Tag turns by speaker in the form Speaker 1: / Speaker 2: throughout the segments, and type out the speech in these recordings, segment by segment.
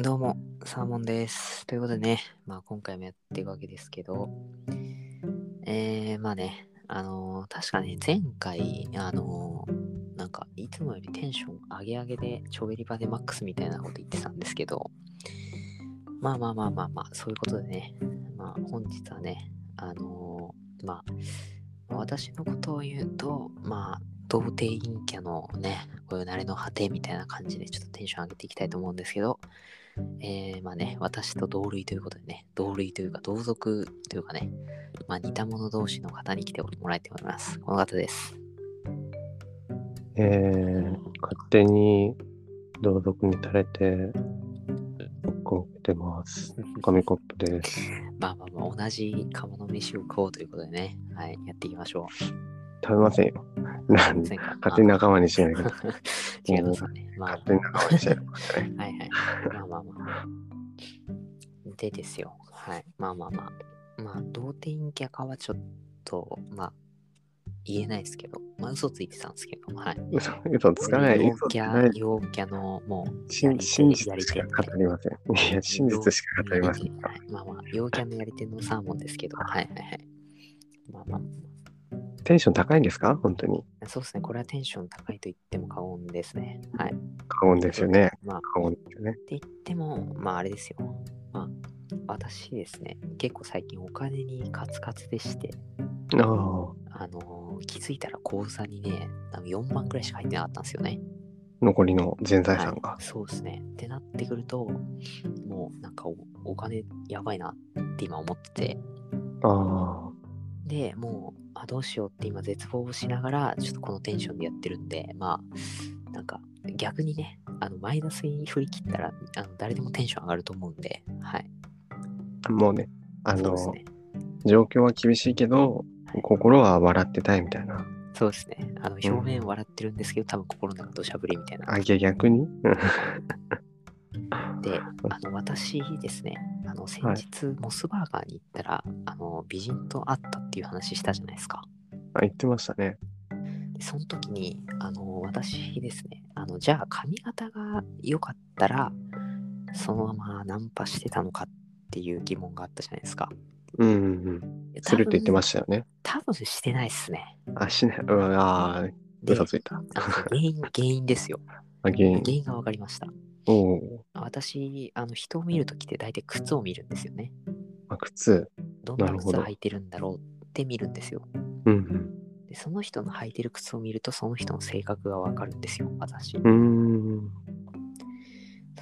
Speaker 1: どうも、サーモンです。ということでね、まあ今回もやっていくわけですけど、えー、まあね、あのー確かね、前回、あのーなんか、いつもよりテンション上げ上げで、ちょべり場でマックスみたいなこと言ってたんですけど、まあまあまあまあまあ、そういうことでね、まあ本日はね、あのーまあ、私のことを言うと、まあ、童貞陰キャのね、こういう慣れの果てみたいな感じで、ちょっとテンション上げていきたいと思うんですけど、えー、まあね、私と同類ということでね、同類というか同族というかね、まあ似た者同士の方に来てもらいております。この方です。
Speaker 2: えー、勝手に道読に垂れて、僕を受けてます。紙コップです。
Speaker 1: まあまあまあ、同じ釜の飯を食おうということでね、はい、やっていきましょう。
Speaker 2: 食べませんよ。なん
Speaker 1: せ
Speaker 2: で
Speaker 1: んか
Speaker 2: 勝手に仲間にしないでください。
Speaker 1: あ 違いますね。まあ、
Speaker 2: 勝手に仲間にしないでください。
Speaker 1: はいはい。まあまあまあ。でですよ。はい。まあまあまあ。まあ、同点陰キャかはちょっと、まあ、言えないですけど、まあ、嘘ついてたんですけど、はい。
Speaker 2: 嘘嘘つかない。
Speaker 1: 陽
Speaker 2: 嘘つ
Speaker 1: キ
Speaker 2: かない
Speaker 1: ャ、。陽キャの、もう、
Speaker 2: 真真実し
Speaker 1: や
Speaker 2: か
Speaker 1: り手
Speaker 2: 語りません。いや、真実しか語りません。
Speaker 1: はいまあまあ、陽キャのやり手のサーモンですけど、はいはいはい。まあま
Speaker 2: テンション高いんですか本当に。
Speaker 1: あ、そうですね、これはテンション高いと言っても過言ですね。はい。
Speaker 2: 過言ですよね。
Speaker 1: まあ、っ
Speaker 2: 過言ですよね。
Speaker 1: て言っても、まああれですよ。まあ、私ですね、結構最近お金にカツカツでして、
Speaker 2: ああ、
Speaker 1: あのー気づいたら口座にね、多分4万くらいしか入ってなかったんですよね。
Speaker 2: 残りの全財産が
Speaker 1: はい、。そうですね。ってなってくると、もうなんかおお金やばいなって今思ってて、
Speaker 2: あ
Speaker 1: でもうあどうしようって今絶望しながらちょっとこのテンションでやってるんでまあなんか逆にねあのマイナスに振り切ったらあの誰でもテンション上がると思うんではい
Speaker 2: あ、もうね、あ
Speaker 1: そう
Speaker 2: の、
Speaker 1: ですね
Speaker 2: 状況は厳しいけど、心は笑ってたいみたいな。
Speaker 1: そうですねあの表面笑ってるんですけど、多分心の中土砂降りみたいな
Speaker 2: あ、ぎゃ逆にうん
Speaker 1: であの私ですねあの先日モスバーガーに行ったら、あの美人と会ったっていう話したじゃないですか
Speaker 2: あ、言ってましたね。
Speaker 1: でその時にあの私ですねあのじゃあ髪型が良かったらそのままナンパしてたのかっていう疑問があったじゃないですか。
Speaker 2: うんうんうん。すると言ってましたよね。
Speaker 1: 多分してないっすね。
Speaker 2: あ、しない。うわあー、
Speaker 1: で、あ
Speaker 2: 嘘
Speaker 1: の
Speaker 2: ついた。
Speaker 1: 原 因、原因ですよ。
Speaker 2: あ、原因
Speaker 1: 原。因が分かりました。
Speaker 2: おお。
Speaker 1: 私、あの人を見るときって大体靴を見るんですよね。
Speaker 2: あ、靴。
Speaker 1: どんな
Speaker 2: なるほ
Speaker 1: 靴
Speaker 2: ど
Speaker 1: 履いてるんだろうって見るんですよ。
Speaker 2: うん
Speaker 1: で、その人の履いてる靴を見ると、その人の性格が分かるんですよ、私。
Speaker 2: うん。うーん。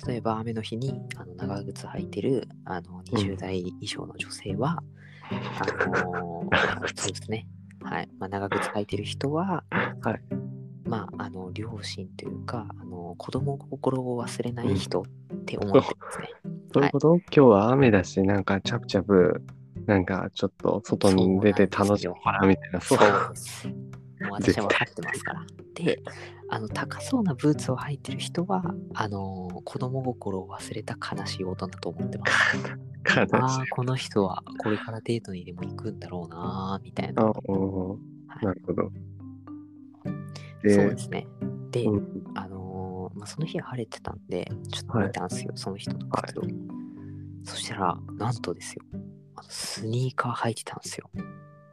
Speaker 1: 例えば雨の日にあの長靴履いてるあの20代以上の女性は、あの そうですね、はいまあ、長靴履いてる人は、
Speaker 2: はい
Speaker 1: まあ、あの両親というかあの子供心を忘れない人って思ってます ね。
Speaker 2: どういうこと、今日は雨だし、なんか、チャプチャプ、なんか、ちょっと、外に出て楽しもうかな、みたいな。そう。
Speaker 1: です。もう私は分かってますから。であの高そうなブーツを履いてる人はあの子供心を忘れた悲しい大人と思ってます。
Speaker 2: 悲し
Speaker 1: あ
Speaker 2: い
Speaker 1: あ、この人はこれからデートにでも行くんだろうなーみたいな。
Speaker 2: あ、お
Speaker 1: は
Speaker 2: ーなるほど。
Speaker 1: い、そう
Speaker 2: で
Speaker 1: で、すね。で、
Speaker 2: うん
Speaker 1: あのーまあ、その日は晴れてたんで、ちょっと
Speaker 2: はい
Speaker 1: 見たんですよ、その人の靴を。そしたら、なんとですよ、あのスニーカー履いてたんですよ。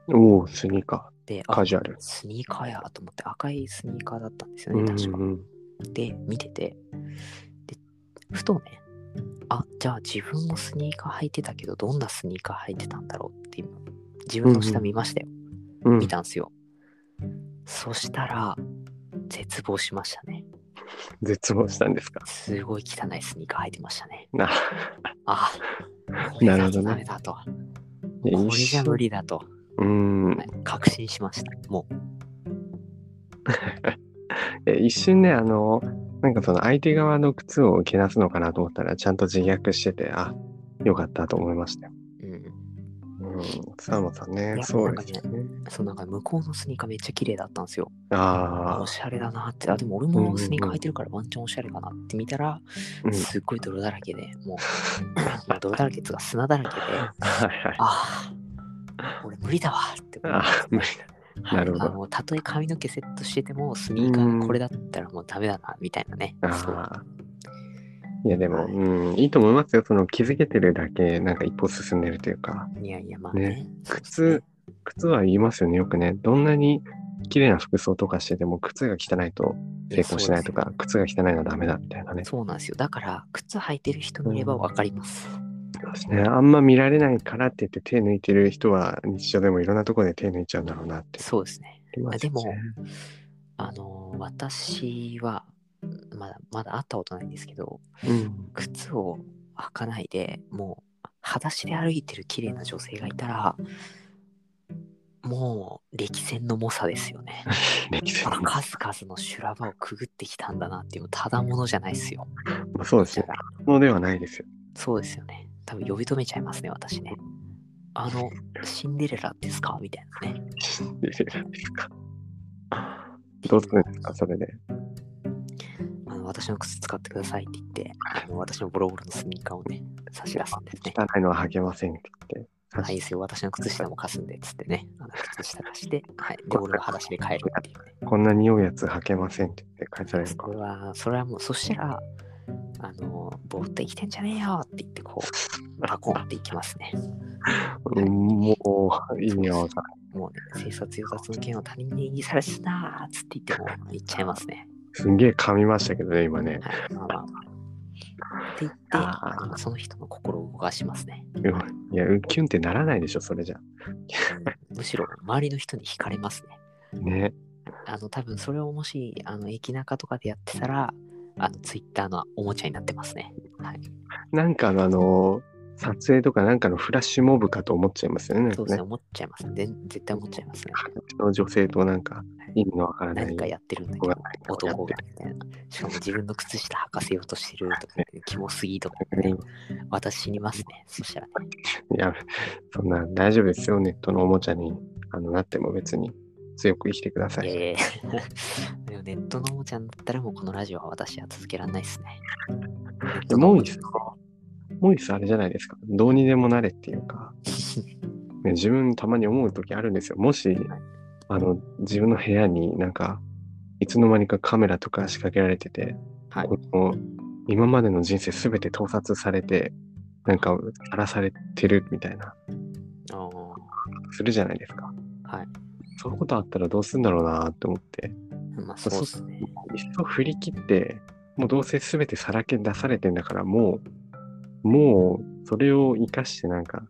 Speaker 2: おお、スニーカ
Speaker 1: で、
Speaker 2: ー、
Speaker 1: あ
Speaker 2: カ、ジュアル。
Speaker 1: スニーカーやと思って、赤いスニーカーだったんですよね、
Speaker 2: うん
Speaker 1: 確か
Speaker 2: う。ん。
Speaker 1: で、見てて、で、ふとね、あ、じゃあ自分もスニーカー履いてたけど、どんなスニーカー履いてたんだろうって今、自分の下見ましたよ。
Speaker 2: うん
Speaker 1: 見たんすよ。そしたら、絶望しましたね。
Speaker 2: 絶望したんですか
Speaker 1: すごい汚いスニーカー履いてましたね。
Speaker 2: な、
Speaker 1: ああ、これだ
Speaker 2: なるほ
Speaker 1: と
Speaker 2: どね
Speaker 1: ダメだと。
Speaker 2: いや
Speaker 1: これじゃ無
Speaker 2: 理。
Speaker 1: 理だと、
Speaker 2: うん
Speaker 1: は。い確信しました。もう、
Speaker 2: え一瞬ね、あの、なんかその相手側の靴をけなすのかなと思ったら、ちゃんと自虐してて、あ、よかったと思いましたよ。
Speaker 1: うん、
Speaker 2: うん、サーモンさんね
Speaker 1: い、や
Speaker 2: そうですよね。
Speaker 1: そのなんか向こうのスニーカーめっちゃ綺麗だったんですよ。あ
Speaker 2: あ
Speaker 1: お
Speaker 2: あ、
Speaker 1: しゃれだなって。あ、でも俺
Speaker 2: うんうんう
Speaker 1: も
Speaker 2: ん
Speaker 1: スニーカー履いてるからワンチャンおしゃれかなって見たら、
Speaker 2: うん。
Speaker 1: すっごい泥だらけで、もう、 まあ泥だらけっていうか砂だらけで、あ
Speaker 2: はいはい。
Speaker 1: あ、俺無理だわって思い
Speaker 2: あ
Speaker 1: ました
Speaker 2: ー無理
Speaker 1: はい
Speaker 2: なるほど
Speaker 1: あのたとえ髪の毛セットしててもスニーカーがこれだったらもうダメだなみたいなね
Speaker 2: だ。
Speaker 1: そう
Speaker 2: あいやでも、
Speaker 1: はい
Speaker 2: うん、いいと思いますよ。その気づけてるだけ、なんか一歩進んでるというか、
Speaker 1: いやいや、まあね。
Speaker 2: ね
Speaker 1: そうっすね
Speaker 2: 靴、靴は言いますよね、よくね。どんなに綺麗な服装とかしてても、靴が汚いと成功しないとか、靴が汚いのはダメだみたいなね。
Speaker 1: そうなんですよ。だから、靴履いてる人見ればわかります。
Speaker 2: そうですね。あんま見られないからって言って手抜いてる人は、日常でもいろんなところで手抜いちゃうんだろうなって。
Speaker 1: そうですね。
Speaker 2: ありますよね
Speaker 1: あであのー、私は、まだ、まだ会ったことないんですけど、
Speaker 2: うん。
Speaker 1: 靴を履かないでもう、裸足で歩いてる綺麗な女性がいたら、もう、歴戦の猛者ですよ ね。
Speaker 2: 歴史的に
Speaker 1: 数々の修羅場をくぐってきたんだなっていう、ただものじゃないですよ。
Speaker 2: まあそうですね。ものではないですよ。
Speaker 1: そうですよね。多分呼び止めちゃいますね、私ね。あの、シンデレラですかみたいなね。
Speaker 2: いいじゃないですか。どうするんですか、それで。
Speaker 1: あの私の靴使ってくださいって言って、あの私のボロボロのスニーカーをね、差し出すんですね。
Speaker 2: 汚いのは履けませんって言って。
Speaker 1: はい、いいですよ、私の靴下も貸すんで、つってね、あの靴下貸して、はい、で、俺は裸足で帰るっていうね。
Speaker 2: こんな匂いやつ履けませんって言って返される
Speaker 1: そ
Speaker 2: か。
Speaker 1: れは、それはもう、そしたら、あの、ぼーっと生きてんじゃねえよって言って、こう、パコンっていきますね。
Speaker 2: うんもう、意味はわかんない。
Speaker 1: もうね、生殺与奪の件を他人に言いされすなーっつって言っても、言っちゃいますね。
Speaker 2: すんげえ噛みましたけどね、今ね。
Speaker 1: はい、まあまあまあ。って言って、
Speaker 2: あー
Speaker 1: なんかその人の心を動かしますね。
Speaker 2: うんいや、キュンってならないでしょ、それじゃ。
Speaker 1: むしろ周りの人に惹かれますね。
Speaker 2: ね。
Speaker 1: あの、多分それをもし、あの、駅中とかでやってたら、あの、ツイッターのおもちゃになってますね。はい。
Speaker 2: なんかのあの、撮影とかなんかのフラッシュモブかと思っちゃいますよね。なん
Speaker 1: そ
Speaker 2: か
Speaker 1: うです
Speaker 2: ね
Speaker 1: ね、。思っちゃいますね。で絶対思っちゃいますね。
Speaker 2: の女性となんか意味のわからない。
Speaker 1: 何かやってるんだけど、
Speaker 2: 男が
Speaker 1: 男がみたいな。しかも自分の靴下履かせようとしてるとか、キモすぎとかね、私死にますね。そしたらね。
Speaker 2: い や、そんな大丈夫ですよ、ネットのおもちゃにあのなっても別に強く生きてください。
Speaker 1: ええでもネットのおもちゃになったらもうこのラジオは私は続けられないですね。
Speaker 2: でモイス、モイスあれじゃないですか、どうにでもなれっていうか、ね、自分たまに思う時あるんですよ。もし、あの、自分の部屋になんか、いつの間にかカメラとか仕掛けられてて、
Speaker 1: はい
Speaker 2: この今までの人生すべて盗撮されて、なんか、さらされてるみたいな、
Speaker 1: あー
Speaker 2: するじゃないですか。
Speaker 1: はい。
Speaker 2: そういうことあったらどうするんだろうなって思って。
Speaker 1: まあそうですね。
Speaker 2: いっそ振り切って、もうどうせ全てさらけ出されてんだから、もう、もう、それを生かしてなんか、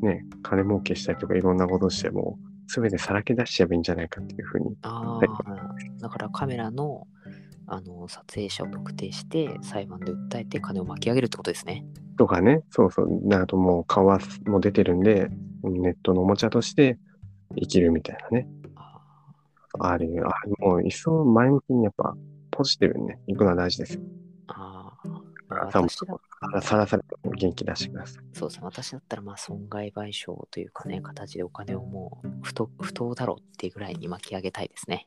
Speaker 2: ね、金儲けしたりとかいろんなことしても、全てさらけ出しちゃえばいいんじゃないかっていうふうに。
Speaker 1: ああ、だからカメラのあの撮影者を特定して裁判で訴えて金を巻き上げるってことですね。
Speaker 2: とかね、そうそう、あともう顔はもう出てるんで、ネットのおもちゃとして生きるみたいなね。
Speaker 1: あー
Speaker 2: あるあもう、いっそ前向きにやっぱ、ポジティブにね、行くのは大事ですよ。
Speaker 1: あー、
Speaker 2: あ多分
Speaker 1: 私だ
Speaker 2: さらされても元気出してください。
Speaker 1: そうですね。私だったらまあ損害賠償というかね、形でお金をもう不当不当だろうっていうぐらいに巻き上げたいですね。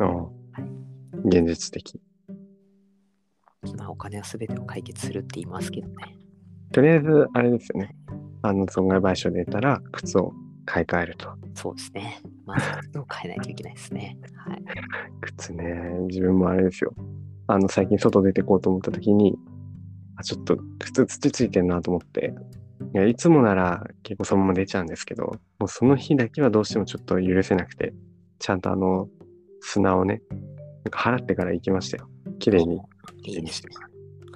Speaker 2: うん。現実的。
Speaker 1: まあお金は全てを解決するって言いますけどね。
Speaker 2: とりあえず、あれですよね。あの、損害賠償で得たら、靴を買い替えると。
Speaker 1: そうですね。まず靴を変えないといけないですね。はい。
Speaker 2: 靴ね、自分もあれですよ。あの、最近外出てこうと思った時に、あ、ちょっと靴土ついてんなと思って、いや、いつもなら結構そのまま出ちゃうんですけど、もうその日だけはどうしてもちょっと許せなくて、ちゃんとあの、砂をね、なんか払ってから行きましたよ。綺麗に。や
Speaker 1: いいですね。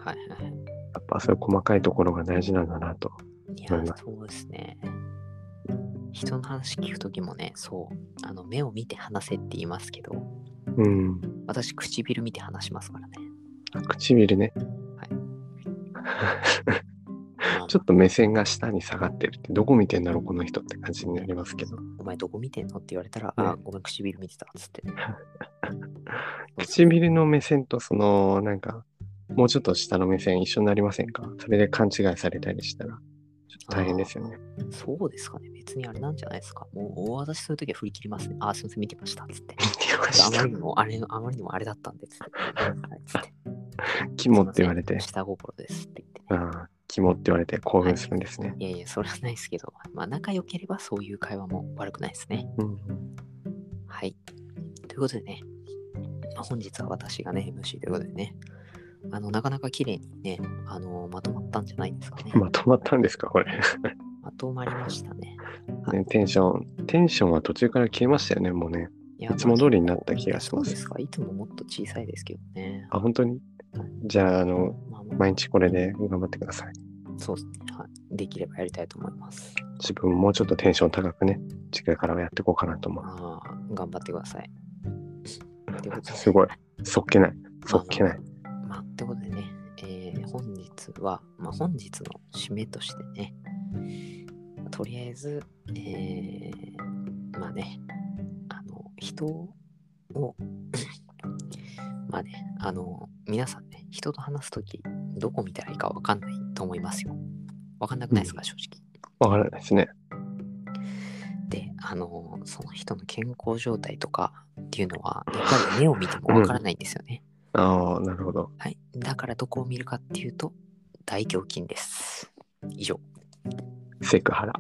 Speaker 1: はいはいはい。
Speaker 2: っぱそういう細かいところが大事なんだなと。
Speaker 1: いや
Speaker 2: 思いま、
Speaker 1: そうですね。人の話聞くときもね、そう、あの、目を見て話せって言いますけど、
Speaker 2: うん。
Speaker 1: 私、唇見て話しますから ね。
Speaker 2: 唇ね。
Speaker 1: まあ
Speaker 2: ちょっと目線が下に下がってるって、どこ見てんだろう、この人って感じになりますけど、
Speaker 1: お前どこ見てんのって言われたら、
Speaker 2: ね
Speaker 1: あ、ごめん、唇見てたっつって。
Speaker 2: 唇の目線とその、なんか、もうちょっと下の目線一緒になりませんかそれで勘違いされたりしたら、ちょっと大変ですよね。
Speaker 1: そうですかね。別にあれなんじゃないですか。もう、私そういうときは振り切りますね。あ、すいません、見てましたっつって。あ まりにも、あれ、あまりにもあれだったんで、つって。はいつって
Speaker 2: 肝って言われ
Speaker 1: すいませ
Speaker 2: て
Speaker 1: ん、下心ですって言ってね。
Speaker 2: うん、肝って言われて興奮するんですね。
Speaker 1: いやいや、それはないですけど、まあ、仲良ければそういう会話も悪くないですね。
Speaker 2: うん、
Speaker 1: はい。ということでね、まあ、本日は私がね、MC ということでね、あの、なかなか綺麗にね、あの、まとまったんじゃないですかね。
Speaker 2: まとまったんですか、これ、
Speaker 1: まとまりましたね。
Speaker 2: ね。テンション、テンションは途中から消えましたよね、もうね。
Speaker 1: いや
Speaker 2: いつも通りになった気がします
Speaker 1: そうですか。いつももっと小さいですけどね。
Speaker 2: あ、本当にじゃあ、あの、
Speaker 1: まあまあ
Speaker 2: 毎日これで頑張ってください。
Speaker 1: そうですね。はい。できればやりたいと思います。
Speaker 2: 自分ももうちょっとテンション高くね、次回からはやっていこうかなと思う。
Speaker 1: ああ、頑張ってください。ということです
Speaker 2: ごい。そっけない。そっけない。
Speaker 1: まあ、ってことでね、えー本日は、まあ、本日の締めとしてね、とりあえず、えーまあね、あの、人を、 まあね、あの、皆さんね、人と話すとき、どこ見たらいいかわかんないと思いますよ。わかんなくないですか、正直。
Speaker 2: わからないですね。
Speaker 1: で、あの、その人の健康状態とかっていうのは、やっぱり目を見てもわからないんですよね。
Speaker 2: ああ、なるほど。
Speaker 1: はい。だからどこを見るかっていうと、大胸筋です。以上。
Speaker 2: セクハラ。